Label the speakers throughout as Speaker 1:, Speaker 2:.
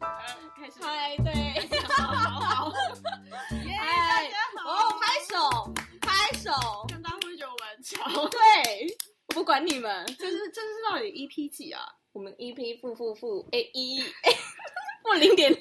Speaker 1: 哦管你们，这是这是到底 EP 几啊？
Speaker 2: 我们 EP 负负负哎 一，
Speaker 1: 我零点，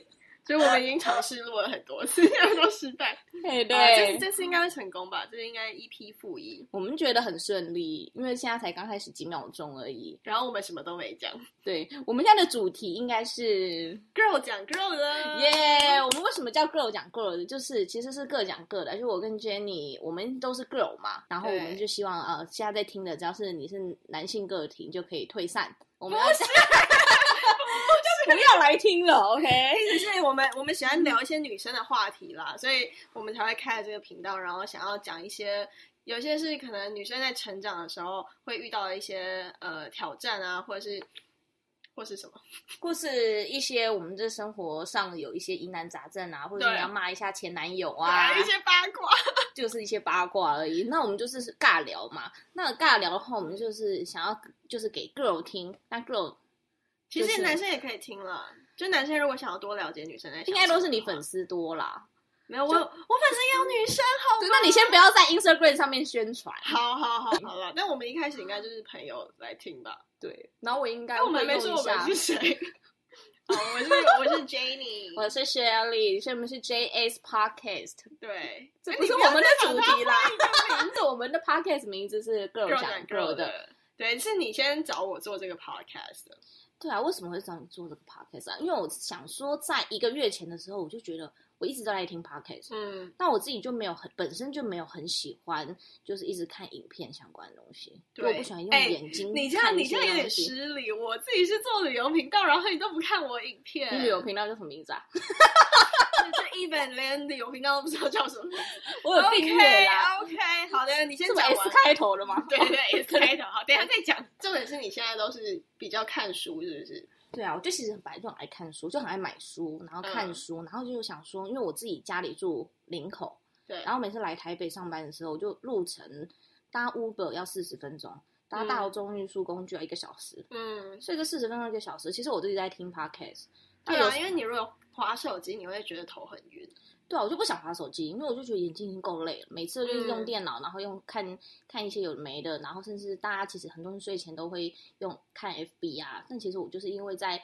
Speaker 1: 所以我们已经尝试录了很多次，很多失败。
Speaker 2: 哎
Speaker 1: 啊这
Speaker 2: 对
Speaker 1: 次，这次应该会成功吧？这次应该 EP 负一，
Speaker 2: 我们觉得很顺利，因为现在才刚开始几秒钟而已。
Speaker 1: 然后我们什么都没讲
Speaker 2: 对，我们现在的主题应该是
Speaker 1: ，girl 讲 girl 了，
Speaker 2: 耶我们为什么叫 girl 讲 girl 的？就是其实是各讲各的，就我跟 Jenny，我们都是 girl 嘛，然后我
Speaker 1: 对
Speaker 2: 们就希望呃，现在在听的，只要是你是男性个体，你就可以退散。我们要 不要来听了，OK？
Speaker 1: 只是我们我们喜欢聊一些女生的话题啦，所以我们才会开了这个频道，然后想要讲一些，有些是可能女生在成长的时候会遇到的一些呃挑战啊，或者是 或是什么，
Speaker 2: 或是一些我们这生活上有一些疑难杂症啊，或者是
Speaker 1: 对
Speaker 2: 你要骂一下前男友啊
Speaker 1: 哇，，一些八卦，
Speaker 2: 就是一些八卦而已。那我们就是尬聊嘛。那尬聊的话，我们就是想要就是给 girl 听，那 girl
Speaker 1: 其
Speaker 2: 就
Speaker 1: 实
Speaker 2: 是
Speaker 1: 男生也可以听了。就男生如果想要多了解女生在想什
Speaker 2: 应
Speaker 1: 么，
Speaker 2: 该都是你粉丝多啦。
Speaker 1: 没有我，我粉丝也有女生，
Speaker 2: 对，那你先不要在 Instagram 上面宣传。
Speaker 1: 好好好好了。但我们一开始应该就是朋友来听吧，
Speaker 2: 对，然后我应该
Speaker 1: 但我们
Speaker 2: 会
Speaker 1: 没
Speaker 2: 用
Speaker 1: 说
Speaker 2: 一
Speaker 1: 我们
Speaker 2: 下
Speaker 1: 是。谁。好，我是我是 Jenny，
Speaker 2: 我是 Shirley，所以我们是 JS Podcast，
Speaker 1: 对，
Speaker 2: 这
Speaker 1: 哎
Speaker 2: 不
Speaker 1: 你
Speaker 2: 是
Speaker 1: 要
Speaker 2: 我们的
Speaker 1: 再
Speaker 2: 主
Speaker 1: 把它
Speaker 2: 题啦。 这我们的 Podcast 名字是 Girl 讲 Girl 的。
Speaker 1: 的。对，是你先找我做这个 podcast 的。
Speaker 2: 对啊，为什么会找你做这个 Podcast 啊？因为我想说，在一个月前的时候，我就觉得我一直都在听 Podcast，
Speaker 1: 嗯，
Speaker 2: 那我自己就没有很本身就没有很喜欢，就是一直看影片相关的东西，因
Speaker 1: 对
Speaker 2: 为我不喜欢用
Speaker 1: 哎
Speaker 2: 眼睛、
Speaker 1: 你这样你这样有点。失礼。我自己是做旅游频道，然后你都不看我影片。
Speaker 2: 你旅游频道叫什么名 字啊？
Speaker 1: 这 even 连旅游频道都不知道叫什么。
Speaker 2: 我有订阅
Speaker 1: OK 哦
Speaker 2: 啦，
Speaker 1: OK，好的，你先
Speaker 2: 是不是
Speaker 1: 讲
Speaker 2: S
Speaker 1: 完。
Speaker 2: 开头的吗？
Speaker 1: 对 对，S 开头。好，等一下再讲。重点是你现在都是比较看书，是不是？
Speaker 2: 对啊，我就其实本来就很爱看书，就很爱买书，然后看
Speaker 1: 嗯
Speaker 2: 书，然后就想说，因为我自己家里住林口，
Speaker 1: 对
Speaker 2: 然后每次来台北上班的时候，我就路程搭 Uber 要四十分钟，搭
Speaker 1: 嗯
Speaker 2: 大众运输工具要一个小时，
Speaker 1: 嗯，
Speaker 2: 所以这四十分钟一个小时，其实我自己在听 Podcast。
Speaker 1: 对
Speaker 2: 那有
Speaker 1: 啊，因为你如果划手机，你会觉得头很晕。
Speaker 2: 对啊，我就不想划手机，因为我就觉得眼睛已经够累了。每次就是用
Speaker 1: 嗯
Speaker 2: 电脑，然后用看看一些有的没的，然后甚至大家其实很多人睡前都会用看 FB 啊，但其实我就是因为在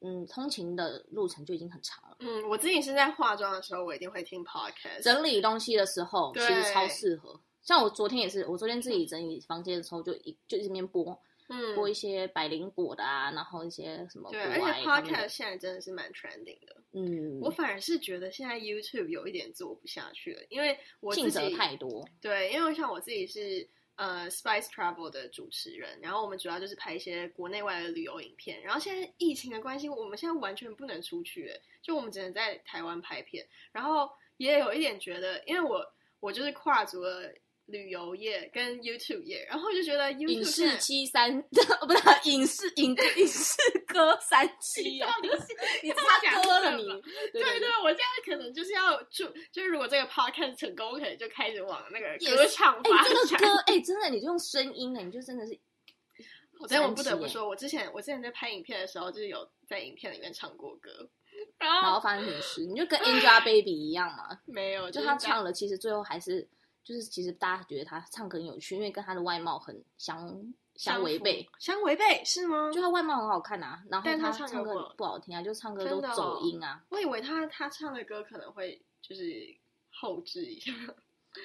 Speaker 2: 嗯通勤的路程就已经很长了，
Speaker 1: 嗯，我自己是在化妆的时候，我一定会听 podcast。
Speaker 2: 整理东西的时候其实
Speaker 1: 对
Speaker 2: 超适合。像我昨天也是，我昨天自己整理房间的时候就一就一直边播
Speaker 1: 嗯，
Speaker 2: 播一些百灵果的啊，然后一些什么
Speaker 1: 对，
Speaker 2: 国
Speaker 1: 而
Speaker 2: 外
Speaker 1: 且
Speaker 2: 他们的
Speaker 1: podcast 现在真的是蛮 trending 的。
Speaker 2: 嗯，
Speaker 1: 我反而是觉得现在 YouTube 有一点做不下去了，因为我
Speaker 2: 竞
Speaker 1: 自
Speaker 2: 争
Speaker 1: 己
Speaker 2: 太多，
Speaker 1: 对，因为像我自己是呃 Spice Travel 的主持人，然后我们主要就是拍一些国内外的旅游影片。然后现在疫情的关系，我们现在完全不能出去，哎就我们只能在台湾拍片。然后也有一点觉得，因为我我就是跨足了。旅游业跟 YouTube 业，然后我就觉得 YouTube
Speaker 2: 影
Speaker 1: 现在
Speaker 2: 视七三， 哦不是影视影影视歌三七 啊， 你插歌了你，对
Speaker 1: 对
Speaker 2: 对哎
Speaker 1: 对，我现在可能就是要注，就是如果这个 podcast 成功，我可能就开始往那个
Speaker 2: Yes
Speaker 1: 歌唱
Speaker 2: 哎、
Speaker 1: 发
Speaker 2: 这个
Speaker 1: 展。
Speaker 2: 歌哎、真的，你就用声音哎，你就真的是
Speaker 1: 我但我不得
Speaker 2: 神奇
Speaker 1: 不
Speaker 2: 耶
Speaker 1: 说，我之前我之前在拍影片的时候，就是有在影片里面唱过歌，
Speaker 2: 然
Speaker 1: 然
Speaker 2: 后
Speaker 1: 后
Speaker 2: 发生什么事，你就跟
Speaker 1: 啊
Speaker 2: Angelababy 一样嘛，
Speaker 1: 没有，
Speaker 2: 就是她
Speaker 1: 在
Speaker 2: 唱了，其实最后还是就是其实大家觉得她唱歌很有趣，因为跟她的外貌很相相
Speaker 1: 相
Speaker 2: 违
Speaker 1: 符
Speaker 2: 背。，
Speaker 1: 相违背是吗？
Speaker 2: 就她外貌很好看啊，然后
Speaker 1: 但
Speaker 2: 她
Speaker 1: 她唱
Speaker 2: 唱
Speaker 1: 歌
Speaker 2: 歌
Speaker 1: 不
Speaker 2: 不好听啊，就唱歌
Speaker 1: 真
Speaker 2: 都
Speaker 1: 的哦
Speaker 2: 走音啊，
Speaker 1: 我以为他他唱的歌可能会就是后置一下，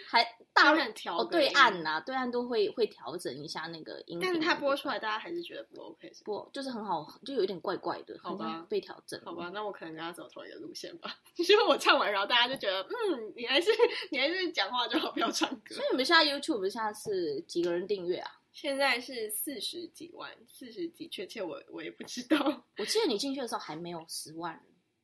Speaker 2: 还 大
Speaker 1: 当然调
Speaker 2: 哦
Speaker 1: 个音
Speaker 2: 对岸，呐、对岸都会会调整一下那个音频的
Speaker 1: 但
Speaker 2: 部分。
Speaker 1: 是他播出来，大家还是觉得不 OK，是吧
Speaker 2: 不就是很好，就有一点怪怪的，
Speaker 1: 好
Speaker 2: 很像
Speaker 1: 吧
Speaker 2: 被调整。
Speaker 1: 好吧，，那我可能跟他走同一个路线吧。 就是我唱完，然后大家就觉得，嗯，你还是 你还是讲话就好，不要唱歌
Speaker 2: 所。以你们现在 YouTube 现在是几个人订阅啊？
Speaker 1: 现在是四十几万，四十几，确切我我也不知道。
Speaker 2: 我记得你进去的时候还没有十万人，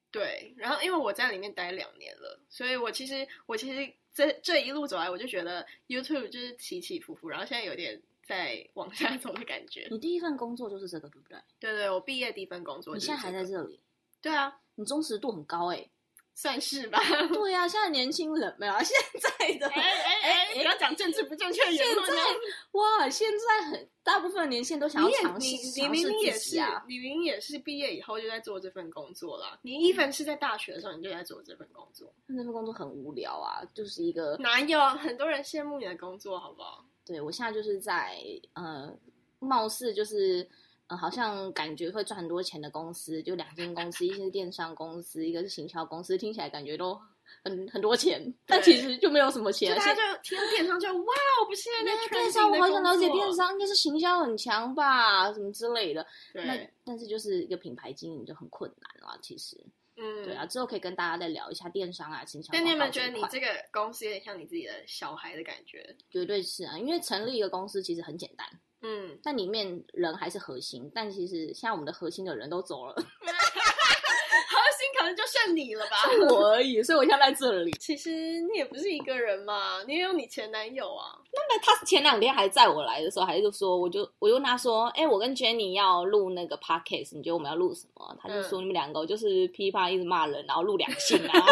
Speaker 1: 对，然后因为我在里面待两年了，所以我其实我其实这这一路走来，我就觉得 YouTube 就是起起伏伏，然后现在有点在往下走的感觉。
Speaker 2: 你第一份工作就是这个，对不对？
Speaker 1: 对对，我毕业第一份工作、
Speaker 2: 你
Speaker 1: 就是
Speaker 2: 现在还在
Speaker 1: 这个
Speaker 2: 这里，
Speaker 1: 对啊，
Speaker 2: 你忠实度很高哎、
Speaker 1: 算是吧。
Speaker 2: 对啊，现在年轻人没有、啊，现在的
Speaker 1: 哎哎哎，不要讲政治不正确的言论
Speaker 2: 现
Speaker 1: 啊。
Speaker 2: 哇，现在很大部分年轻人都想要
Speaker 1: 你也
Speaker 2: 尝
Speaker 1: 你
Speaker 2: 试
Speaker 1: 你
Speaker 2: 尝
Speaker 1: 明明
Speaker 2: 试
Speaker 1: 也
Speaker 2: 自
Speaker 1: 是
Speaker 2: 己啊，，
Speaker 1: 你明明也是毕业以后就在做这份工作啦。你 even 是在大学的时候你就在做这份工作，
Speaker 2: 但那份工作很无聊啊，就是一个
Speaker 1: 哪有很多人羡慕你的工作，好不好？
Speaker 2: 对我现在就是在呃貌似就是。呃，好像感觉会赚很多钱的公司，就两间公司，一个是电商公司，一个是行销公司，听起来感觉都很很多钱，但
Speaker 1: 对
Speaker 2: 其实就没有什么钱。而
Speaker 1: 就
Speaker 2: 且
Speaker 1: 大家就听到电商就哇，我不现在在
Speaker 2: 那
Speaker 1: trending
Speaker 2: 电商我好
Speaker 1: 的
Speaker 2: 想
Speaker 1: 工
Speaker 2: 了解
Speaker 1: 作
Speaker 2: 电，商，应该是行销很强吧，什么之类的。那
Speaker 1: 对，
Speaker 2: 但是就是一个品牌经营就很困难啦，其实。
Speaker 1: 嗯，
Speaker 2: 对啊，。之后可以跟大家再聊一下电商啊、行销。
Speaker 1: 但你有没有觉
Speaker 2: 这一
Speaker 1: 得你
Speaker 2: 块
Speaker 1: 这个公司有点像你自己的小孩的感觉？
Speaker 2: 绝对是啊？因为成立一个公司其实很简单，
Speaker 1: 嗯，
Speaker 2: 但里面人还是核心。但其实现在我们的核心的人都走 了，
Speaker 1: 核心可能就剩 你了吧。
Speaker 2: 我而已，所以我现在在这里。
Speaker 1: 其实你也不是一个人嘛，你也有你前男 友啊。
Speaker 2: 那他前两天还在我来的时候，还是说，我就我就问他说，哎、我跟 Jenny 要录那个 podcast，你觉得我们要录什么？他就说、你们两个就是噼啪一直骂人，然后录两性 啊。，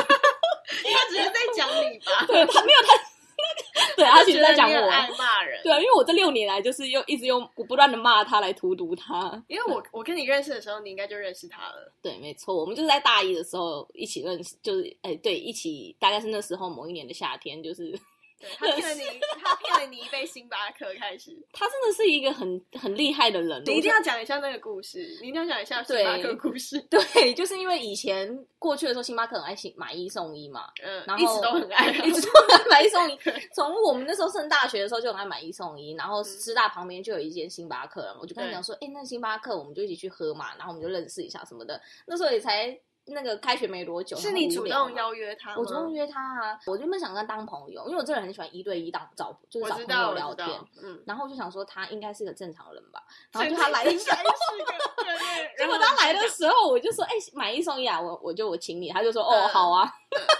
Speaker 1: 他只是在讲你吧
Speaker 2: 对他没有他，对他其实在讲
Speaker 1: 觉得
Speaker 2: 我。
Speaker 1: 你很爱骂人。
Speaker 2: 对，啊，因为我这六年来就是又一直用不断的骂他来荼毒他。
Speaker 1: 因为我我跟你认识的时候，你应该就认识他了。
Speaker 2: 对，没错，我们就是在大一的时候一起认识，就是哎，对，一起大概是那时候某一年的夏天，就是
Speaker 1: 对 他骗了你，他骗了你一杯星巴克开始。
Speaker 2: 他真的是一个很很厉害的人。
Speaker 1: 你一定
Speaker 2: 我
Speaker 1: 要讲一下那个故事，你一定要讲一下星巴克故事。
Speaker 2: 就对，就是因为以前过去的时候，星巴克很爱星买一送一 嘛，
Speaker 1: 嗯
Speaker 2: 然，后
Speaker 1: 一直都很爱，
Speaker 2: 一直都 很爱买一送一。从我们那时候上大学的时候就很爱买一送一，然后师大旁边就有一间星巴克，我就跟他讲说，哎、那星巴克我们就一起去喝嘛，然后我们就认识一下什么的。那时候也才那个开学没多久，
Speaker 1: 是
Speaker 2: 然后
Speaker 1: 你
Speaker 2: 无
Speaker 1: 主
Speaker 2: 聊
Speaker 1: 动
Speaker 2: 嘛
Speaker 1: 邀约他吗？
Speaker 2: 我主动约他啊，我原本想跟他当朋友，因为我这个人很喜欢一对一当找，就
Speaker 1: 我
Speaker 2: 是找
Speaker 1: 知
Speaker 2: 朋
Speaker 1: 道，
Speaker 2: 友
Speaker 1: 我
Speaker 2: 聊
Speaker 1: 知
Speaker 2: 天。
Speaker 1: 道，嗯。
Speaker 2: 然后我就想说他应该是个正常人吧，然后就他来的
Speaker 1: 应
Speaker 2: 时候
Speaker 1: 该，是个 人，
Speaker 2: 结
Speaker 1: 然
Speaker 2: 果
Speaker 1: 后
Speaker 2: 他来的时候我就说，哎、买一送一啊，我我就我请你，他就说哦
Speaker 1: 嗯
Speaker 2: 好啊，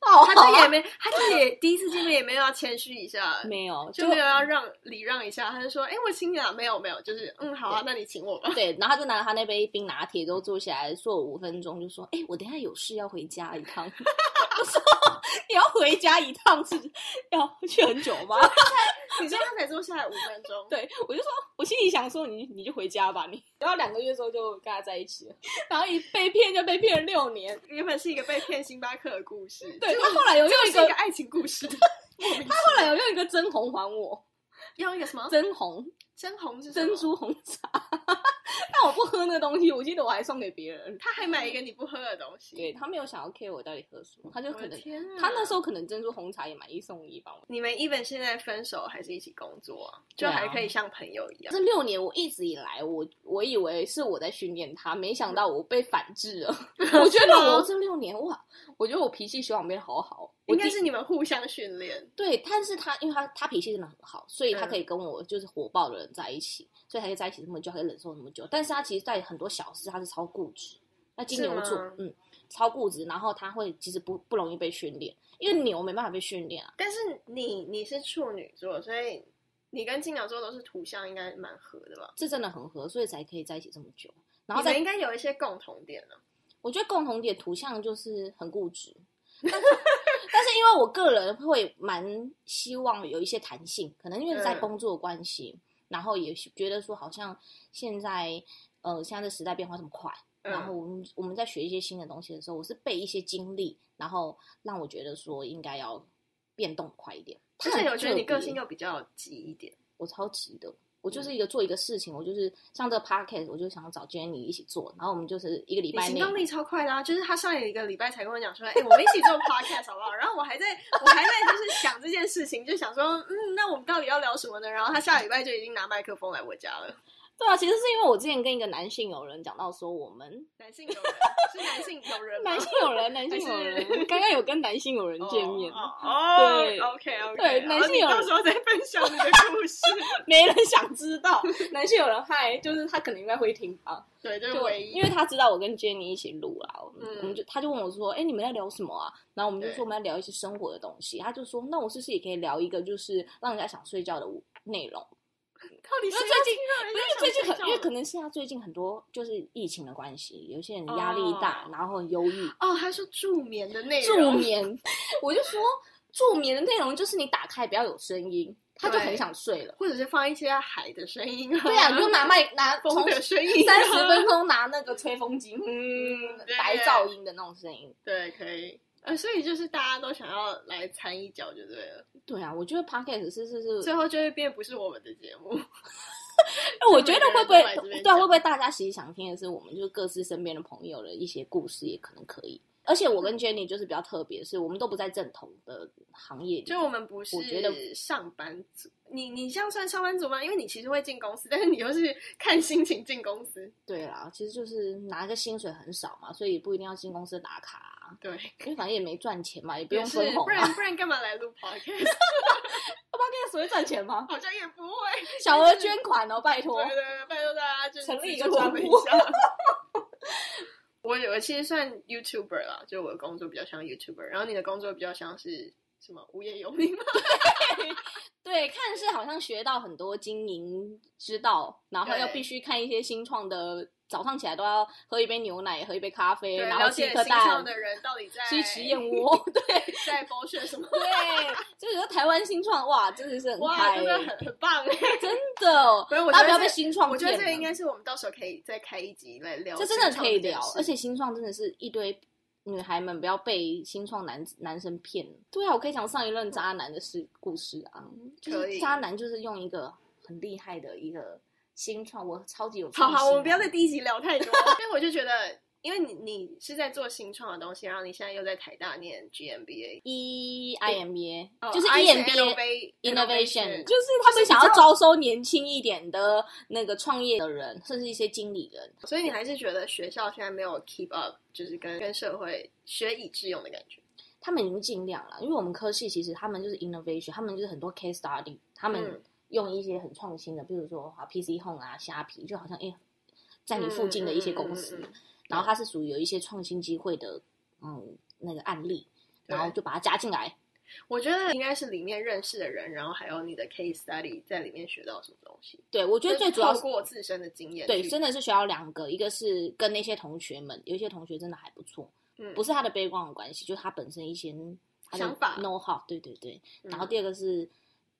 Speaker 2: 好
Speaker 1: 他这
Speaker 2: 啊，
Speaker 1: 也没，他这也第一次见面也没有要谦虚一下，
Speaker 2: 没有
Speaker 1: 就没有要让礼让一下，他就说：“哎，我请你啊，没有没有，就是嗯，好啊，那你请我吧。
Speaker 2: 对，然后他就拿他那杯冰拿铁，之后坐下来坐五分钟，就说：“哎、我等一下有事要回家一趟。” 我说：“你要回家一趟是要去很久 吗？”
Speaker 1: 你说他才坐下来五分钟，
Speaker 2: 对，我就说，我心里想说你，你就回家吧，你。然后两个月之后就跟他在一起了，然后一被骗就被骗了六年。
Speaker 1: 原本是一个被骗星巴克的故事，
Speaker 2: 对，
Speaker 1: 结
Speaker 2: 他
Speaker 1: 果
Speaker 2: 后来有用
Speaker 1: 又
Speaker 2: 一
Speaker 1: 是
Speaker 2: 个，
Speaker 1: 一个
Speaker 2: 他
Speaker 1: 爱情故 事，
Speaker 2: 后来有用一个真红还我，
Speaker 1: 用一个什么
Speaker 2: 真红
Speaker 1: 真红是什么
Speaker 2: 珍，珠红茶。 但我不喝那个东西，我记得我还送给别人。
Speaker 1: 他还买一个你不喝的东西，
Speaker 2: 对他没有想要 care 我到底喝什么，他就
Speaker 1: 我
Speaker 2: 可
Speaker 1: 的
Speaker 2: 能
Speaker 1: 天啊！
Speaker 2: 他那时候可能珍珠红茶也买一送一吧。
Speaker 1: 你们 even 现在分手还是一起工作啊，
Speaker 2: 对
Speaker 1: 就
Speaker 2: 啊
Speaker 1: 还可以像朋友一样。
Speaker 2: 这六年我一直以来，我我以为是我在训练他，没想到我被反制了。 我觉得我这六年哇，我觉得我脾气修养变得好好。我
Speaker 1: 应该
Speaker 2: 第
Speaker 1: 是你们互相训练，
Speaker 2: 对，但是他因为他他脾气真的很好，所以他
Speaker 1: 嗯
Speaker 2: 可以跟我就是火爆的人在一起，所以才可以在一起这么久，还可以忍受那么久。但是他其实，在很多小事他是超固执。那金牛
Speaker 1: 是
Speaker 2: 座
Speaker 1: 吗，
Speaker 2: 嗯，超固执，然后他会其实不不容易被训练，因为牛没办法被训练啊。
Speaker 1: 但是你你是处女座，所以你跟金牛座都是图像应该蛮合的吧？
Speaker 2: 这真的很合，所以才可以在一起这么久。然后
Speaker 1: 你
Speaker 2: 再
Speaker 1: 们应该有一些共同点啊嗯呢、
Speaker 2: 我觉得共同点图像就是很固执，但是但是因为我个人会蛮希望有一些弹性，可能因为在
Speaker 1: 嗯
Speaker 2: 工作关系，然后也是觉得说好像现在呃现在的时代变化这么快，
Speaker 1: 嗯
Speaker 2: 然后我们我们在学一些新的东西的时候，我是被一些经历，然后让我觉得说应该要变动快一点。
Speaker 1: 而且我觉得你个
Speaker 2: 性
Speaker 1: 性又比嗯较急一点，
Speaker 2: 我超级的。我就是一个做一个事情，我就是像这个 podcast，我就想找 Jenny 一起做，然后我们就是一个礼
Speaker 1: 你
Speaker 2: 拜
Speaker 1: 行
Speaker 2: 内，
Speaker 1: 动力超快的啊！就是他上一个礼拜才跟我讲说，哎、我们一起做 podcast 好不好？然后我还在我还在就是想这件事情，就想说，嗯，那我们到底要聊什么呢？然后他下礼拜就已经拿麦克风来我家了。
Speaker 2: 对啊，其实是因为我之前跟一个男性友人讲到说，我们
Speaker 1: 男性友人是男性友人 吗，
Speaker 2: 男性友人，男性友人，我们刚刚有跟男性友人见面，
Speaker 1: 哦哦，
Speaker 2: 对
Speaker 1: ，OK OK，
Speaker 2: 对男性友人
Speaker 1: 到时候再分享你的故事。
Speaker 2: 没人想知道。男性友人嗨，就是他可能应该会听吧，
Speaker 1: 对，就是
Speaker 2: 就
Speaker 1: 唯一，
Speaker 2: 因为他知道我跟 Jenny 一起录啦，我们、
Speaker 1: 嗯
Speaker 2: 我们就他就问我说，哎、你们在聊什么啊？然后我们就
Speaker 1: 对
Speaker 2: 说我们在聊一些生活的东西，他就说，那我是不是也可以聊一个就是让人家想睡觉的内容？
Speaker 1: 到底
Speaker 2: 因
Speaker 1: 谁
Speaker 2: 为
Speaker 1: 要
Speaker 2: 最近不
Speaker 1: 听
Speaker 2: 是最近
Speaker 1: 到人家想睡
Speaker 2: 很，因为
Speaker 1: 觉
Speaker 2: 可能是他最近很多就是疫情的关系，有些人压力大，
Speaker 1: 哦
Speaker 2: 然后很忧郁，
Speaker 1: 哦，他说助眠的内
Speaker 2: 助
Speaker 1: 容，
Speaker 2: 眠， 我就说助眠的内容就是你打开不要有声音，他就
Speaker 1: 对
Speaker 2: 很想睡了。
Speaker 1: 或者是放一些海的声音，
Speaker 2: 对啊，你就拿麦拿
Speaker 1: 风
Speaker 2: 从
Speaker 1: 的声音，啊
Speaker 2: 三十分钟拿那个吹风机，嗯
Speaker 1: 对，
Speaker 2: 白噪音的那种声音。
Speaker 1: 对，可以。呃，所以就是大家都想要来掺一脚就对了，
Speaker 2: 对啊，我觉得 podcast 是是是，
Speaker 1: 最后就会变不是我们的节目。
Speaker 2: 哎我觉得会不会
Speaker 1: 每个人都来这边
Speaker 2: 对啊
Speaker 1: 讲
Speaker 2: 会不会大家其实想听的是，我们就是各自身边的朋友的一些故事，也可能可以。而且我
Speaker 1: 嗯
Speaker 2: 跟 Jenny 就是比较特别，是我们都不在正统的行业里，
Speaker 1: 就我们不
Speaker 2: 我觉得
Speaker 1: 是上班族，你你这样算上班族吗？因为你其实会进公司，但是你又是看心情进公司。
Speaker 2: 对啦，其实就是拿个薪水很少嘛，所以也不一定要进公司打卡啊、
Speaker 1: 对，
Speaker 2: 因为反正也没赚钱嘛，也不
Speaker 1: 也
Speaker 2: 用
Speaker 1: 是
Speaker 2: 分红
Speaker 1: 不
Speaker 2: 啊。
Speaker 1: 然不然干嘛来录 podcast？
Speaker 2: 爸爸跟所谓赚钱吗？
Speaker 1: 好像也不会。
Speaker 2: 小额捐款哦，拜托
Speaker 1: 对。对对，拜托大家就是
Speaker 2: 成立一
Speaker 1: 资
Speaker 2: 个
Speaker 1: 助我
Speaker 2: 专
Speaker 1: 们一
Speaker 2: 户
Speaker 1: 下。我我其实算 YouTuber 啦，就我的工作比较像 YouTuber，然后你的工作比较像是什么无业游民吗？
Speaker 2: 对，看似好像学到很多经营之道，然后
Speaker 1: 对
Speaker 2: 又必须看一些新创的，早上起来都要喝一杯牛奶，喝一杯咖啡，
Speaker 1: 对，
Speaker 2: 然后
Speaker 1: 了
Speaker 2: 吃一
Speaker 1: 解
Speaker 2: 颗
Speaker 1: 新创
Speaker 2: 蛋，
Speaker 1: 的人到底在
Speaker 2: 吃一吃燕窝。 对
Speaker 1: 在剥削什么？
Speaker 2: 对，就是说台湾新创哇，真的是很
Speaker 1: 哇，
Speaker 2: 嗨
Speaker 1: 真，的很很棒哎！
Speaker 2: 真的哦
Speaker 1: 不是我，觉
Speaker 2: 大家
Speaker 1: 得
Speaker 2: 不要
Speaker 1: 这
Speaker 2: 被新创
Speaker 1: 我觉得
Speaker 2: 骗
Speaker 1: 这个
Speaker 2: 了
Speaker 1: 应该是我们到时候可以再开一集来聊
Speaker 2: 这
Speaker 1: 新
Speaker 2: 真
Speaker 1: 创
Speaker 2: 的
Speaker 1: 件事，
Speaker 2: 可以聊，而且新创真的是一堆女孩们不要被新创男男生骗。对啊，我可以讲上一任渣男的事故事啊，就
Speaker 1: 可
Speaker 2: 是
Speaker 1: 以
Speaker 2: 渣男就是用一个很厉害的一个新创，我超级有
Speaker 1: 好好，我们不要在
Speaker 2: 再
Speaker 1: 第一集聊 太多，因为我就觉得，因为你你是在做新创的东西，然后你现在又在台大念 GMBA，
Speaker 2: E I M B A，
Speaker 1: 哦
Speaker 2: 就是
Speaker 1: I
Speaker 2: E M B A。
Speaker 1: Innova-
Speaker 2: Innovation
Speaker 1: Innovation，
Speaker 2: 就是他们想要招收年轻一点的那个创业的人，甚至一些经理人。
Speaker 1: 所以你还是觉得学校现在没有 keep up，就是跟跟社会学以致用的感觉。
Speaker 2: 他们已经尽量了，因为我们科系其实他们就是 innovation，他们就是很多 case study，他们
Speaker 1: 嗯
Speaker 2: 用一些很创新的，比如说啊 PC Home 啊、虾皮，就好像哎、在你附近的一些公司，
Speaker 1: 嗯嗯嗯嗯
Speaker 2: 然后它是属于有一些创新机会的，嗯，那个案例，
Speaker 1: 对
Speaker 2: 然后就把它加进来。
Speaker 1: 我觉得应该是里面认识的人，然后还有你的 case study 在里面学到什么东西。
Speaker 2: 对，我觉得最主要
Speaker 1: 透
Speaker 2: 是。
Speaker 1: 过自身的经验去，
Speaker 2: 对，真的是学到两个，一个是跟那些同学们，有一些同学真的还不错，
Speaker 1: 嗯
Speaker 2: 不是他的背光的关系，就是他本身一些他的
Speaker 1: 想法
Speaker 2: know how，对对对，
Speaker 1: 嗯
Speaker 2: 然后第二个是，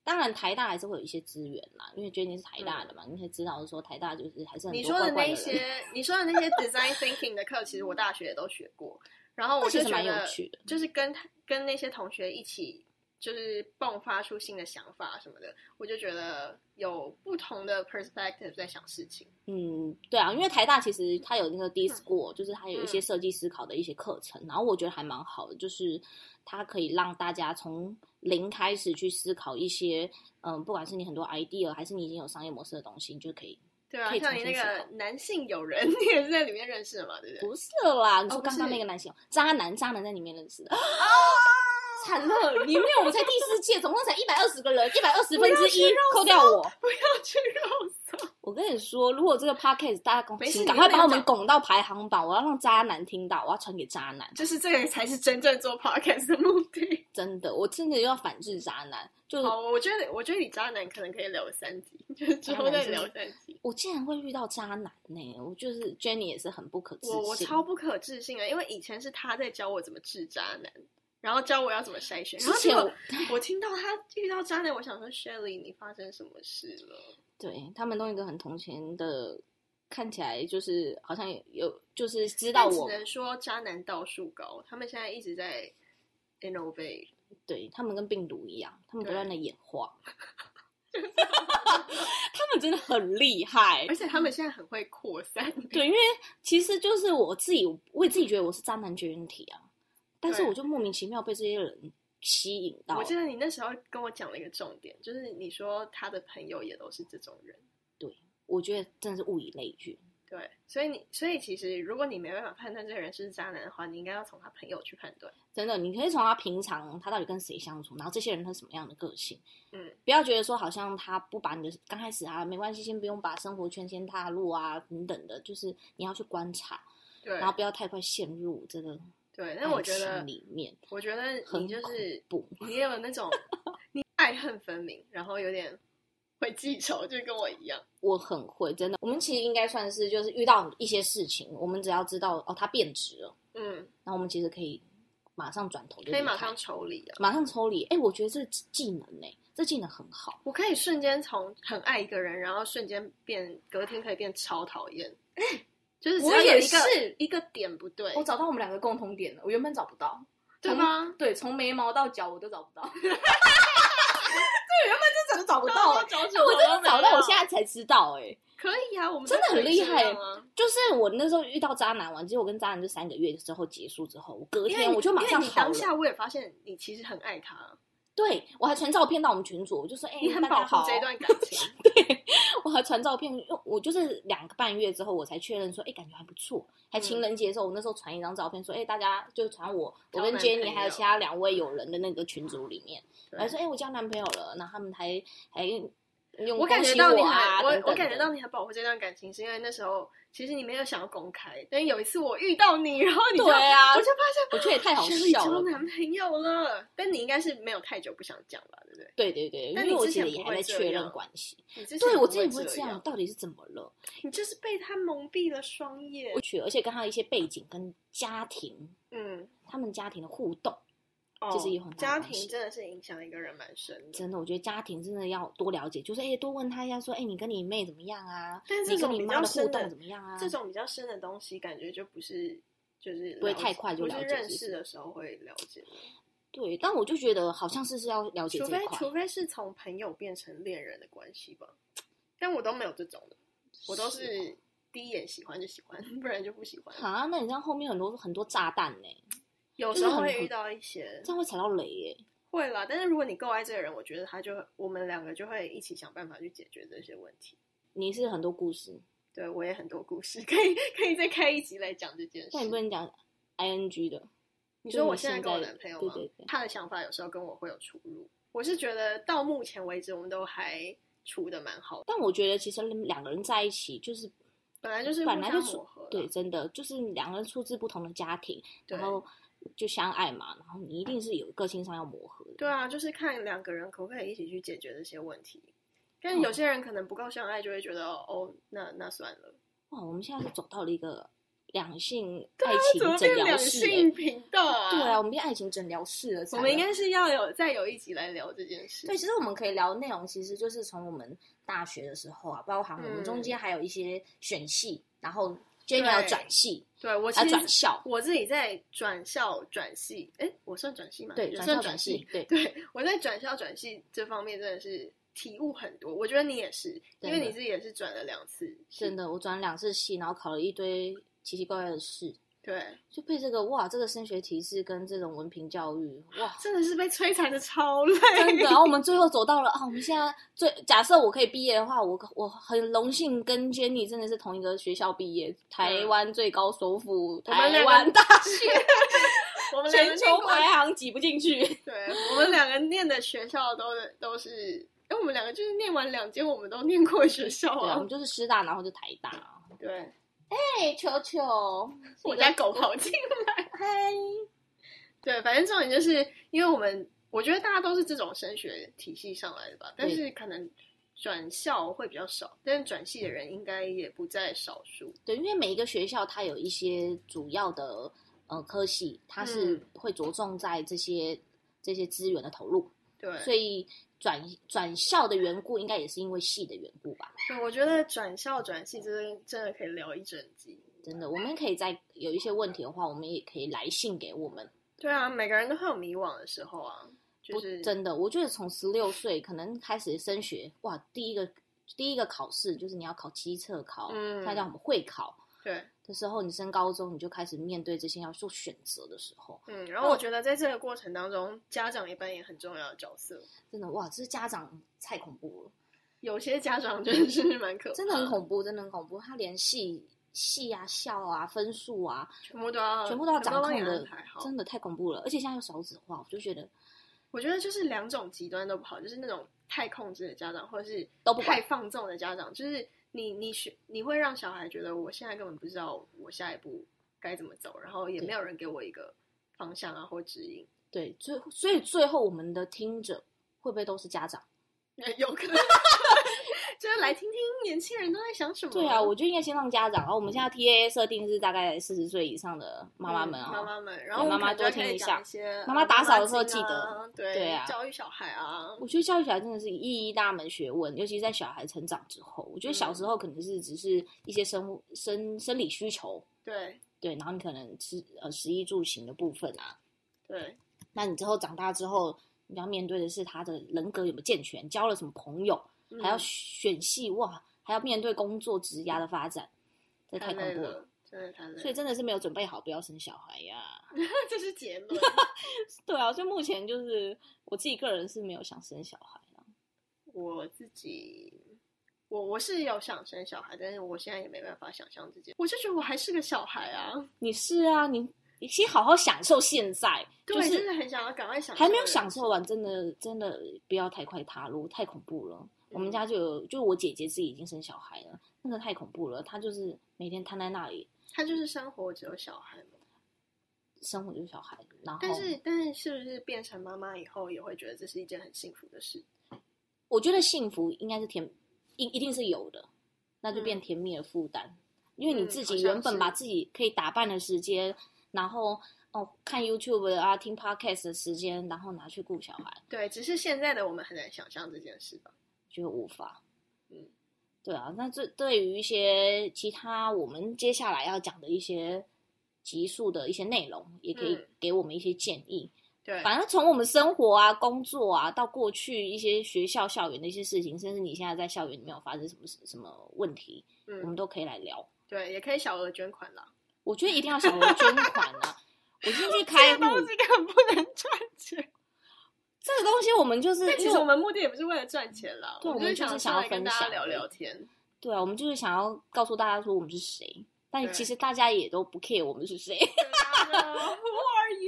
Speaker 2: 当然台大还是会有一些资源啦，因为觉得你是台大的嘛，你可以知道说台大就是还是很
Speaker 1: 嗯你
Speaker 2: 多
Speaker 1: 说的
Speaker 2: 怪怪
Speaker 1: 那
Speaker 2: 的
Speaker 1: 一
Speaker 2: 人，
Speaker 1: 些，你说的那些 design thinking 的课，其实我大学也都学过。然后我
Speaker 2: 那其
Speaker 1: 就
Speaker 2: 实
Speaker 1: 觉
Speaker 2: 蛮有
Speaker 1: 得
Speaker 2: 趣的，
Speaker 1: 就是跟他跟那些同学一起，就是迸发出新的想法什么的，我就觉得有不同的 perspective 在想事情。
Speaker 2: 嗯，对啊，因为台大其实它有那个 D School，、就是它有一些
Speaker 1: 嗯
Speaker 2: 设计思考的一些课程，然后我觉得还蛮好的，就是它可以让大家从零开始去思考一些，嗯，不管是你很多 idea 还是你已经有商业模式的东西，你就可以。
Speaker 1: 对啊
Speaker 2: 可，以
Speaker 1: 像
Speaker 2: 重
Speaker 1: 你那
Speaker 2: 新思
Speaker 1: 个
Speaker 2: 考
Speaker 1: 男性友人， 你也是在里面认识的嘛，对不对？
Speaker 2: 不是啦，你说
Speaker 1: 哦不
Speaker 2: 刚
Speaker 1: 是
Speaker 2: 刚那个男性、渣男，渣男在里面认 识的。惨了，里面我们才第四届，总共才一百二十个人，一百二十分之一，扣掉我。
Speaker 1: 不 要去肉搜，
Speaker 2: 我跟你说，如果这个 podcast 大家拱，
Speaker 1: 没事
Speaker 2: 请
Speaker 1: 你
Speaker 2: 赶快
Speaker 1: 又没有
Speaker 2: 把我们
Speaker 1: 讲
Speaker 2: 拱到排行榜，我要让渣男听到，我要传给渣男。
Speaker 1: 就是这个才是真正做 podcast 的目的。
Speaker 2: 真的，我真的要反制渣男。就是
Speaker 1: 好，我觉得，我觉得你渣男可能可以聊三集， 就是之后再聊三集。
Speaker 2: 我竟然会遇到渣男呢、我就是 Jenny 也是很不可置信。
Speaker 1: 我我超不可置信啊，因为以前是他在教我怎么治渣男，然后教我要怎么筛选。然
Speaker 2: 之
Speaker 1: 后结
Speaker 2: 前
Speaker 1: 果
Speaker 2: 我
Speaker 1: 我听到他遇到渣男，我想说 Shelly，你发生什么事了？
Speaker 2: 对他们弄一个很同情的，看起来就是好像有有就是知
Speaker 1: 知
Speaker 2: 道我
Speaker 1: 只能说渣男道术高，他们现在一直在 innovate。
Speaker 2: 对他们跟病毒一样，他们不
Speaker 1: 对
Speaker 2: 断的演 化。他们真的很厉害
Speaker 1: 而，且他们现在很会扩散，
Speaker 2: 对，因为其实就是我自己，我也自己觉得我是渣男绝缘体啊，但是
Speaker 1: 对
Speaker 2: 我就莫名其妙被这些人吸引到
Speaker 1: 我，记得你那时候跟我讲了一个重点，就是你说他的朋友也都是这种人，
Speaker 2: 我觉得真的是物以类聚，
Speaker 1: 对，所以你所以其实如果你没办法判断这个人是不是渣男的话，你应该要从他朋友去判断。
Speaker 2: 真的，你可以从他平常他到底跟谁相处，然后这些人他什么样的个性，
Speaker 1: 嗯，
Speaker 2: 不要觉得说好像他不把你的刚开始啊没关系，先不用把生活圈先踏入啊等等的，就是你要去观察，
Speaker 1: 对
Speaker 2: 然后不要太快陷入这个
Speaker 1: 对，但我
Speaker 2: 爱
Speaker 1: 觉得
Speaker 2: 情里面，
Speaker 1: 我觉得
Speaker 2: 很
Speaker 1: 你就是
Speaker 2: 恐怖
Speaker 1: 你也有那 种你爱恨分明，然后有点会记仇，就跟我一样。
Speaker 2: 我很会，真的。我们其实应该算是就是遇到一些事情，我们只要知道哦，它变质了，
Speaker 1: 嗯，
Speaker 2: 那我们其实可以马上转头就
Speaker 1: 可以
Speaker 2: 离
Speaker 1: 马
Speaker 2: 开
Speaker 1: 上抽离啊！
Speaker 2: 马上抽离。哎，我觉得这技能呢、这技能很好。
Speaker 1: 我可以瞬间从很爱一个人，然后瞬间变隔天可以变超讨 厌，就是只
Speaker 2: 我
Speaker 1: 要有
Speaker 2: 也
Speaker 1: 一个
Speaker 2: 是
Speaker 1: 一个点不对，
Speaker 2: 我找到我们两个共同点了，我原本找不到，
Speaker 1: 对吗？
Speaker 2: 对，从眉毛到脚我都找不到。对，原本就早就找不到了。
Speaker 1: 找
Speaker 2: 哎我真的找到，我现在才知道哎、
Speaker 1: 可以啊，我们
Speaker 2: 真的很厉害哎
Speaker 1: 都可以这样啊
Speaker 2: 就是我那时候遇到渣男完，结果我跟渣男就三个月之后结束之后，我隔
Speaker 1: 因为
Speaker 2: 天我就马上
Speaker 1: 因为你
Speaker 2: 好
Speaker 1: 当
Speaker 2: 了。
Speaker 1: 下我也发现你其实很爱他，
Speaker 2: 对我还传照片到我们群组，我就说：“哎、
Speaker 1: 你很
Speaker 2: 大
Speaker 1: 保
Speaker 2: 家
Speaker 1: 护
Speaker 2: 好。
Speaker 1: 这一段感情。
Speaker 2: 我还传照片，因为我就是两个半月之后我才确认说，哎、感觉还不错。
Speaker 1: 嗯
Speaker 2: 还情人节的时候，我那时候传一张照片说，哎、大家就传我，我跟
Speaker 1: 交男
Speaker 2: Jenny
Speaker 1: 朋
Speaker 2: 还有
Speaker 1: 友
Speaker 2: 其他两位友人的那个群组里面，
Speaker 1: 对
Speaker 2: 还说，哎、我交男朋友了，然后他们还还用
Speaker 1: 我
Speaker 2: 恭
Speaker 1: 感觉
Speaker 2: 喜
Speaker 1: 到你
Speaker 2: 我
Speaker 1: 很，
Speaker 2: 啊，
Speaker 1: 我
Speaker 2: 等等
Speaker 1: 我感觉
Speaker 2: 的
Speaker 1: 到你很保护这段感情，是因为那时候其实你没有想要公开，但有一次我遇到你，然后你就
Speaker 2: 对啊
Speaker 1: 我就发现
Speaker 2: 我觉得也太好
Speaker 1: 原来你
Speaker 2: 笑
Speaker 1: 交
Speaker 2: 了吧。
Speaker 1: 男朋友了，但你应该是没有太久不想讲吧，对不对？
Speaker 2: 对对对，因
Speaker 1: 但
Speaker 2: 为
Speaker 1: 你
Speaker 2: 我
Speaker 1: 之
Speaker 2: 记
Speaker 1: 前
Speaker 2: 得也
Speaker 1: 不
Speaker 2: 还在
Speaker 1: 会这
Speaker 2: 确
Speaker 1: 样
Speaker 2: 认关系。
Speaker 1: 你之前
Speaker 2: 对我
Speaker 1: 不
Speaker 2: 自己
Speaker 1: 会
Speaker 2: 这样，，到底是怎么了？
Speaker 1: 你就是被他蒙蔽了双眼
Speaker 2: 我。去，而且跟他一些背景跟家庭，
Speaker 1: 嗯，
Speaker 2: 他们家庭的互动，
Speaker 1: 哦
Speaker 2: 其实有很大
Speaker 1: 家
Speaker 2: 的关
Speaker 1: 庭
Speaker 2: 系。
Speaker 1: 真的是影响一个人蛮深的。
Speaker 2: 真的，我觉得家庭真的要多了解，就是哎、多问他一下，说哎、你跟你妹怎么样啊？
Speaker 1: 但是
Speaker 2: 你
Speaker 1: 这
Speaker 2: 跟
Speaker 1: 种
Speaker 2: 你
Speaker 1: 比
Speaker 2: 妈
Speaker 1: 较
Speaker 2: 的互
Speaker 1: 深的
Speaker 2: 动怎么样啊？
Speaker 1: 这种比较深的东西，感觉就不是就是
Speaker 2: 不会
Speaker 1: 了
Speaker 2: 太
Speaker 1: 解
Speaker 2: 快就
Speaker 1: 不
Speaker 2: 了
Speaker 1: 是
Speaker 2: 解是
Speaker 1: 认
Speaker 2: 不
Speaker 1: 识
Speaker 2: 是
Speaker 1: 的时候会了解的。
Speaker 2: 对，但我就觉得好像是是要了解
Speaker 1: 除
Speaker 2: 这
Speaker 1: 非
Speaker 2: 一块
Speaker 1: 除，非是从朋友变成恋人的关系吧，但我都没有这种的，我都
Speaker 2: 哦
Speaker 1: 是第一眼喜欢就喜欢， 不然就不喜欢。
Speaker 2: 啊，那你这样后面很多很多炸弹呢、
Speaker 1: 有
Speaker 2: 就是
Speaker 1: 时候
Speaker 2: 很
Speaker 1: 会
Speaker 2: 很
Speaker 1: 遇到一些
Speaker 2: 这样会踩到雷耶、
Speaker 1: 会啦，但是如果你够爱这个人，我觉得他就我们两个就会一起想办法去解决这些问题。
Speaker 2: 你是很多故事，
Speaker 1: 对我也很多故事，可以 可以再开一集来讲这件事
Speaker 2: 那。你不能讲 I N G 的，
Speaker 1: 你
Speaker 2: 就
Speaker 1: 说
Speaker 2: 你
Speaker 1: 我现在
Speaker 2: 现
Speaker 1: 跟我
Speaker 2: 在
Speaker 1: 男朋友
Speaker 2: 对
Speaker 1: 吗？
Speaker 2: 对对
Speaker 1: 他的想法有时候跟我会有出入。我是觉得到目前为止，我们都还处的蛮好的，
Speaker 2: 但我觉得其实两个人在一起就是
Speaker 1: 本来就是
Speaker 2: 本
Speaker 1: 互
Speaker 2: 来就
Speaker 1: 相
Speaker 2: 处
Speaker 1: 磨合啦。
Speaker 2: 对，真的就是两个人出自不同的家庭，
Speaker 1: 对
Speaker 2: 然后就相爱嘛，然后你一定是有个性上要磨合的。
Speaker 1: 对啊，就是看两个人可不可以一起去解决这些问题。
Speaker 2: 嗯
Speaker 1: 但有些人可能不够相爱，就会觉得哦哦，那那算了。
Speaker 2: 哇，我们现在是走到了一个两性
Speaker 1: 对
Speaker 2: 爱
Speaker 1: 啊，怎
Speaker 2: 情
Speaker 1: 么
Speaker 2: 诊
Speaker 1: 变
Speaker 2: 疗
Speaker 1: 两
Speaker 2: 室、欸
Speaker 1: 性。频道啊？
Speaker 2: 对啊，，我们变爱情诊疗室了。
Speaker 1: 我
Speaker 2: 惨
Speaker 1: 们应
Speaker 2: 了
Speaker 1: 该是要有再有一集来聊这件事。
Speaker 2: 对，其实我们可以聊的内容，其实就是从我们大学的时候啊，包含我们中
Speaker 1: 嗯
Speaker 2: 间还有一些选系，然后 Jenny 要转系，
Speaker 1: 对，我
Speaker 2: 要
Speaker 1: 其
Speaker 2: 啊转
Speaker 1: 实
Speaker 2: 校，
Speaker 1: 我自己在转校转系，哎，我算转系吗？
Speaker 2: 对，
Speaker 1: 也
Speaker 2: 转校
Speaker 1: 算
Speaker 2: 转
Speaker 1: 系
Speaker 2: 系。，对，
Speaker 1: 对，我在转校转系这方面真的是体悟很多。我觉得你也是，因为
Speaker 2: 真的
Speaker 1: 你自己也是转了两次系，
Speaker 2: 真的，我转了两次系，然后考了一堆奇奇怪怪的试。
Speaker 1: 对，，
Speaker 2: 就被这个哇，这个升学提示跟这种文凭教育哇
Speaker 1: 真的是被摧残的 超累。
Speaker 2: 真的。然后我们最后走到了啊，我们现在最假设我可以毕业的话，我我很荣幸跟 Jenny 真的是同一个学校毕业，台湾最高首府，
Speaker 1: 嗯我们两
Speaker 2: 台
Speaker 1: 个
Speaker 2: 湾大学
Speaker 1: 我们两个
Speaker 2: 全球
Speaker 1: 念过
Speaker 2: 排行挤不进 去。
Speaker 1: 对我们两个念的学校都是都是，哎，我们两个就是念完两间我们都念过的学校
Speaker 2: 对啊，我
Speaker 1: 啊
Speaker 2: 们。就是师大，然后就台大。
Speaker 1: 对，
Speaker 2: 嘿，球球，
Speaker 1: 我家狗跑进来。
Speaker 2: 嗨，
Speaker 1: 对，反正重点就是因为我们，我觉得大家都是这种升学体系上来的吧，但
Speaker 2: 对
Speaker 1: 是可能转校会比较少，但是转系的人应该也不在少数。
Speaker 2: 对，因为每一个学校它有一些主要的呃科系，它是
Speaker 1: 嗯
Speaker 2: 会着重在这些、这些资源的投入。
Speaker 1: 对，
Speaker 2: 所
Speaker 1: 以
Speaker 2: 以转转校的缘故，应该也是因为系的缘故吧？
Speaker 1: 我觉得转校转系真的真的可以聊一整集。
Speaker 2: 真的，我们可以在有一些问题的话，我们也可以来信给我们。
Speaker 1: 对啊，每个人都会有迷惘的时候啊，就是
Speaker 2: 不，真的，我觉得从十六岁可能开始升学，哇，第一个第一个考试就是你要考基测考，
Speaker 1: 嗯
Speaker 2: 它叫什么会考
Speaker 1: 对，
Speaker 2: 的时候，你升高中你就开始面对这些要做选择的时候，
Speaker 1: 嗯，然后我觉得在这个过程当中，家长也扮演很重要的角色。
Speaker 2: 真的哇，这家长太恐怖了，
Speaker 1: 有些家长真 的是蛮可怕，
Speaker 2: 真的很恐怖，真的很恐怖，他连系系啊、校啊、分数啊，
Speaker 1: 呃全部都要
Speaker 2: 全部都要掌
Speaker 1: 帮你
Speaker 2: 控
Speaker 1: 安
Speaker 2: 的
Speaker 1: 排好，
Speaker 2: 真的太恐怖了。而且现在有少子化，我就觉得
Speaker 1: 我觉得就是两种极端都不好，就是那种太控制的家长，或者是
Speaker 2: 都不管
Speaker 1: 太放纵的家长，就是你你学你会让小孩觉得我现在根本不知道我下一步该怎么走，然后也
Speaker 2: 对
Speaker 1: 没有人给我一个方向啊或指引，
Speaker 2: 对，最所以最后我们的听者会不会都是家长？
Speaker 1: 有可能就是来听听年轻人都在想什么。
Speaker 2: 对啊，我就应该先让家长。然后我们现在 T A 设定是大概四十岁以上的妈妈们
Speaker 1: 嗯妈
Speaker 2: 啊、
Speaker 1: 妈们，然后我
Speaker 2: 妈
Speaker 1: 们
Speaker 2: 妈
Speaker 1: 可能就要
Speaker 2: 多听
Speaker 1: 开始
Speaker 2: 一下
Speaker 1: 讲些
Speaker 2: 妈妈
Speaker 1: 呃
Speaker 2: 打扫的时候
Speaker 1: 经
Speaker 2: 记得
Speaker 1: 啊对
Speaker 2: 对啊
Speaker 1: 教育小孩啊，
Speaker 2: 我觉得教育小孩真的是一一大门学问，尤其是在小孩成长之后。我觉得小
Speaker 1: 嗯
Speaker 2: 时候可能是只是一些生物生生理需求，
Speaker 1: 对
Speaker 2: 对，然后你可能吃呃食衣住行的部分啊。
Speaker 1: 对
Speaker 2: 那你之后长大之后，你要面对的是他的人格有没有健全，交了什么朋友，
Speaker 1: 嗯
Speaker 2: 还要选戏哇，还要面对工作职涯的发展，这太
Speaker 1: 太
Speaker 2: 恐
Speaker 1: 累
Speaker 2: 怖
Speaker 1: 了，真的太累了。
Speaker 2: 所以真的是没有准备好，不要生小孩呀。
Speaker 1: 这是结 论。
Speaker 2: 对啊，所以目前就是我自己个人是没有想生小孩啦
Speaker 1: 我自己，我我是有想生小孩，但是我现在也没办法想象自己，我就觉得我还是个小孩啊，
Speaker 2: 你是啊，你你先好好享受现在，就
Speaker 1: 对，
Speaker 2: 是
Speaker 1: 真的很想要赶快享受，
Speaker 2: 还没有享受，完，真的真的不要太快踏入，太恐怖了。我
Speaker 1: 嗯
Speaker 2: 们家就有，就我姐姐自己已经生小孩了，那个太恐怖了。她就是每天瘫在那里，
Speaker 1: 他就是生活只有小孩嘛。
Speaker 2: 生活就是小孩，然后
Speaker 1: 但是但是是不是变成妈妈以后也会觉得这是一件很幸福的事？
Speaker 2: 我觉得幸福应该是甜，一一定是有的，那就变
Speaker 1: 嗯
Speaker 2: 甜蜜的负担，因为你
Speaker 1: 嗯
Speaker 2: 自
Speaker 1: 好
Speaker 2: 己
Speaker 1: 像
Speaker 2: 原本
Speaker 1: 是
Speaker 2: 把自己可以打扮的时间，然后哦看 YouTube 啊、听 Podcast 的时间，然后拿去顾小孩，
Speaker 1: 对，只是现在的我们很难想象这件事吧。
Speaker 2: 觉得无法。
Speaker 1: 嗯，
Speaker 2: 对啊，那这对于一些其他我们接下来要讲的一些集数的一些内容，也可以
Speaker 1: 嗯
Speaker 2: 给我们一些建议。
Speaker 1: 对，
Speaker 2: 反正从我们生活啊、工作啊，到过去一些学校、校园的一些事情，甚至你现在在校园里面有发生什么什么问题，我们
Speaker 1: 嗯，
Speaker 2: 都可以来聊。
Speaker 1: 对，也可以小额捐款啦。
Speaker 2: 我觉得一定要小额捐款啊！我进去开
Speaker 1: 这
Speaker 2: 户
Speaker 1: 个，东西根本不能赚 钱，
Speaker 2: 这个东西我们就是
Speaker 1: 但其
Speaker 2: 因
Speaker 1: 实
Speaker 2: 为
Speaker 1: 我们目的也不是为了赚钱啦，
Speaker 2: 对
Speaker 1: 们
Speaker 2: 我们
Speaker 1: 是
Speaker 2: 就是
Speaker 1: 上
Speaker 2: 想要
Speaker 1: 来跟
Speaker 2: 分
Speaker 1: 大家
Speaker 2: 享
Speaker 1: 聊
Speaker 2: 而已
Speaker 1: 聊天。
Speaker 2: 对啊，我们就是想要告诉大家说我们是谁，但
Speaker 1: 对
Speaker 2: 其实大家也都不 care 我们是谁。
Speaker 1: 啊 Who are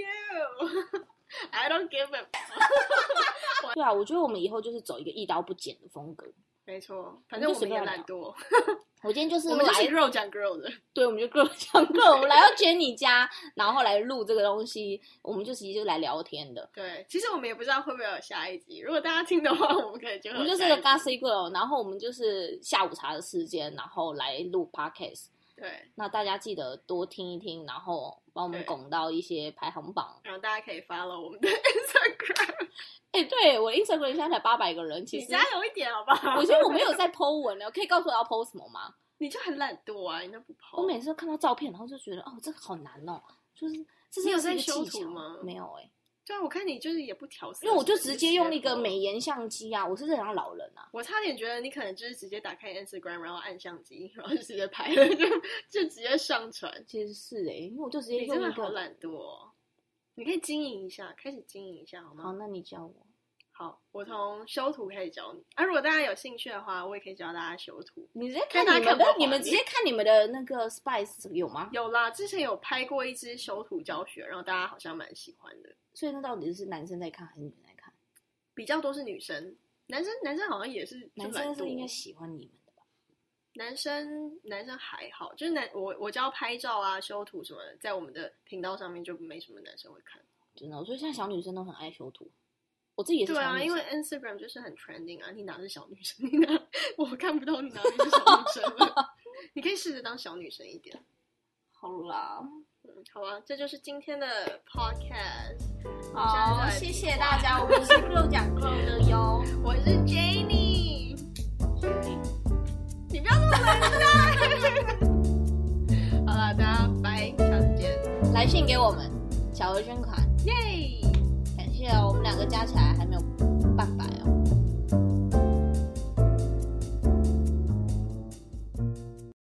Speaker 1: you? I don't give a。
Speaker 2: 对啊，我觉得我们以后就是走一个一刀不剪的风格。
Speaker 1: 没错，反正我们也懒 惰，
Speaker 2: 我今天就是
Speaker 1: 我们就是
Speaker 2: 来，
Speaker 1: 肉讲 girl 的。
Speaker 2: 对，我们就各讲 各，我们来到娟你家，然后来录这个东西，我们就其实就来聊天的。
Speaker 1: 对，其实我们也不知道会不会有下一集。如果大家听的话， 我们可以就
Speaker 2: 我
Speaker 1: 会
Speaker 2: 们
Speaker 1: 有
Speaker 2: 就是
Speaker 1: 下一
Speaker 2: 个
Speaker 1: 集
Speaker 2: gossip girl，然后我们就是下午茶的时间，然后来录 podcast。
Speaker 1: 对，
Speaker 2: 那大家记得多听一听，然后帮我们
Speaker 1: 对
Speaker 2: 拱到一些排行榜。
Speaker 1: 然后大家可以 follow 我们的 Instagram。
Speaker 2: 哎，对我 Instagram 现在才八百个人，其
Speaker 1: 你
Speaker 2: 实
Speaker 1: 加油一点好不好？
Speaker 2: 我觉得我没有在 po 文呢，可以告诉我要 po 什么吗？
Speaker 1: 你就很懒惰啊，你都不跑。
Speaker 2: 我每次都看到照片，然后就觉得哦，这个好难哦，就是这
Speaker 1: 你有
Speaker 2: 是
Speaker 1: 在
Speaker 2: 一个
Speaker 1: 修
Speaker 2: 技
Speaker 1: 图
Speaker 2: 巧
Speaker 1: 吗
Speaker 2: 没有哎、
Speaker 1: 对啊，我看你就是也不调色，
Speaker 2: 因为我就直接用那个
Speaker 1: 美。
Speaker 2: 美颜相机啊，我是这种老人啊，
Speaker 1: 我差点觉得你可能就是直接打开 Instagram，然后按相机，然后就直接拍了，就就直接上传。
Speaker 2: 其实是哎、因为我就直接
Speaker 1: 你真
Speaker 2: 用
Speaker 1: 的
Speaker 2: 一
Speaker 1: 好
Speaker 2: 个。
Speaker 1: 懒惰、哦，你可以经营一下，开始经营一下好
Speaker 2: 好，
Speaker 1: 吗？
Speaker 2: 那你教我，
Speaker 1: 好，我从修图开始教你。啊，如果大家有兴趣的话，我也可以教大家修图。
Speaker 2: 你直接看
Speaker 1: 但
Speaker 2: 你
Speaker 1: 大家
Speaker 2: 们
Speaker 1: 看不啊
Speaker 2: 的
Speaker 1: 到，
Speaker 2: 你们
Speaker 1: 画
Speaker 2: 直
Speaker 1: 面
Speaker 2: 接看你们的那个 Spice 有吗？
Speaker 1: 有啦，之前有拍过一支修图教学，然后大家好像蛮喜欢的，
Speaker 2: 所以那到底是男生在看还是女生在看？
Speaker 1: 比较多是女生，男生男生好像也是，就
Speaker 2: 男
Speaker 1: 蛮
Speaker 2: 生是
Speaker 1: 多
Speaker 2: 应该喜欢你们的吧？
Speaker 1: 男生男生还好，就是男我我教拍照啊、修图什么的，在我们的频道上面就没什么男生会看。
Speaker 2: 真的，所以现在小女生都很爱修图，我自己也是
Speaker 1: 对
Speaker 2: 小
Speaker 1: 啊，
Speaker 2: 女
Speaker 1: 因
Speaker 2: 生
Speaker 1: 为 Instagram 就是很 trending 啊，你哪是小女生？ 你哪我看不到你哪里是小女生了。 你可以试着当小女生一点。
Speaker 2: 好啦，
Speaker 1: 嗯，好啊，这就是今天的 podcast。
Speaker 2: 好，
Speaker 1: 下次再
Speaker 2: 谢谢大家，我们是 Glow 讲 Glow 的哟。
Speaker 1: 我是 Jenny，你不要那么冷淡。 好了，大家拜，下次 见，
Speaker 2: 来信给我们，小额捐款，
Speaker 1: 耶、
Speaker 2: 感谢哦，我们两个加起来还没有半百。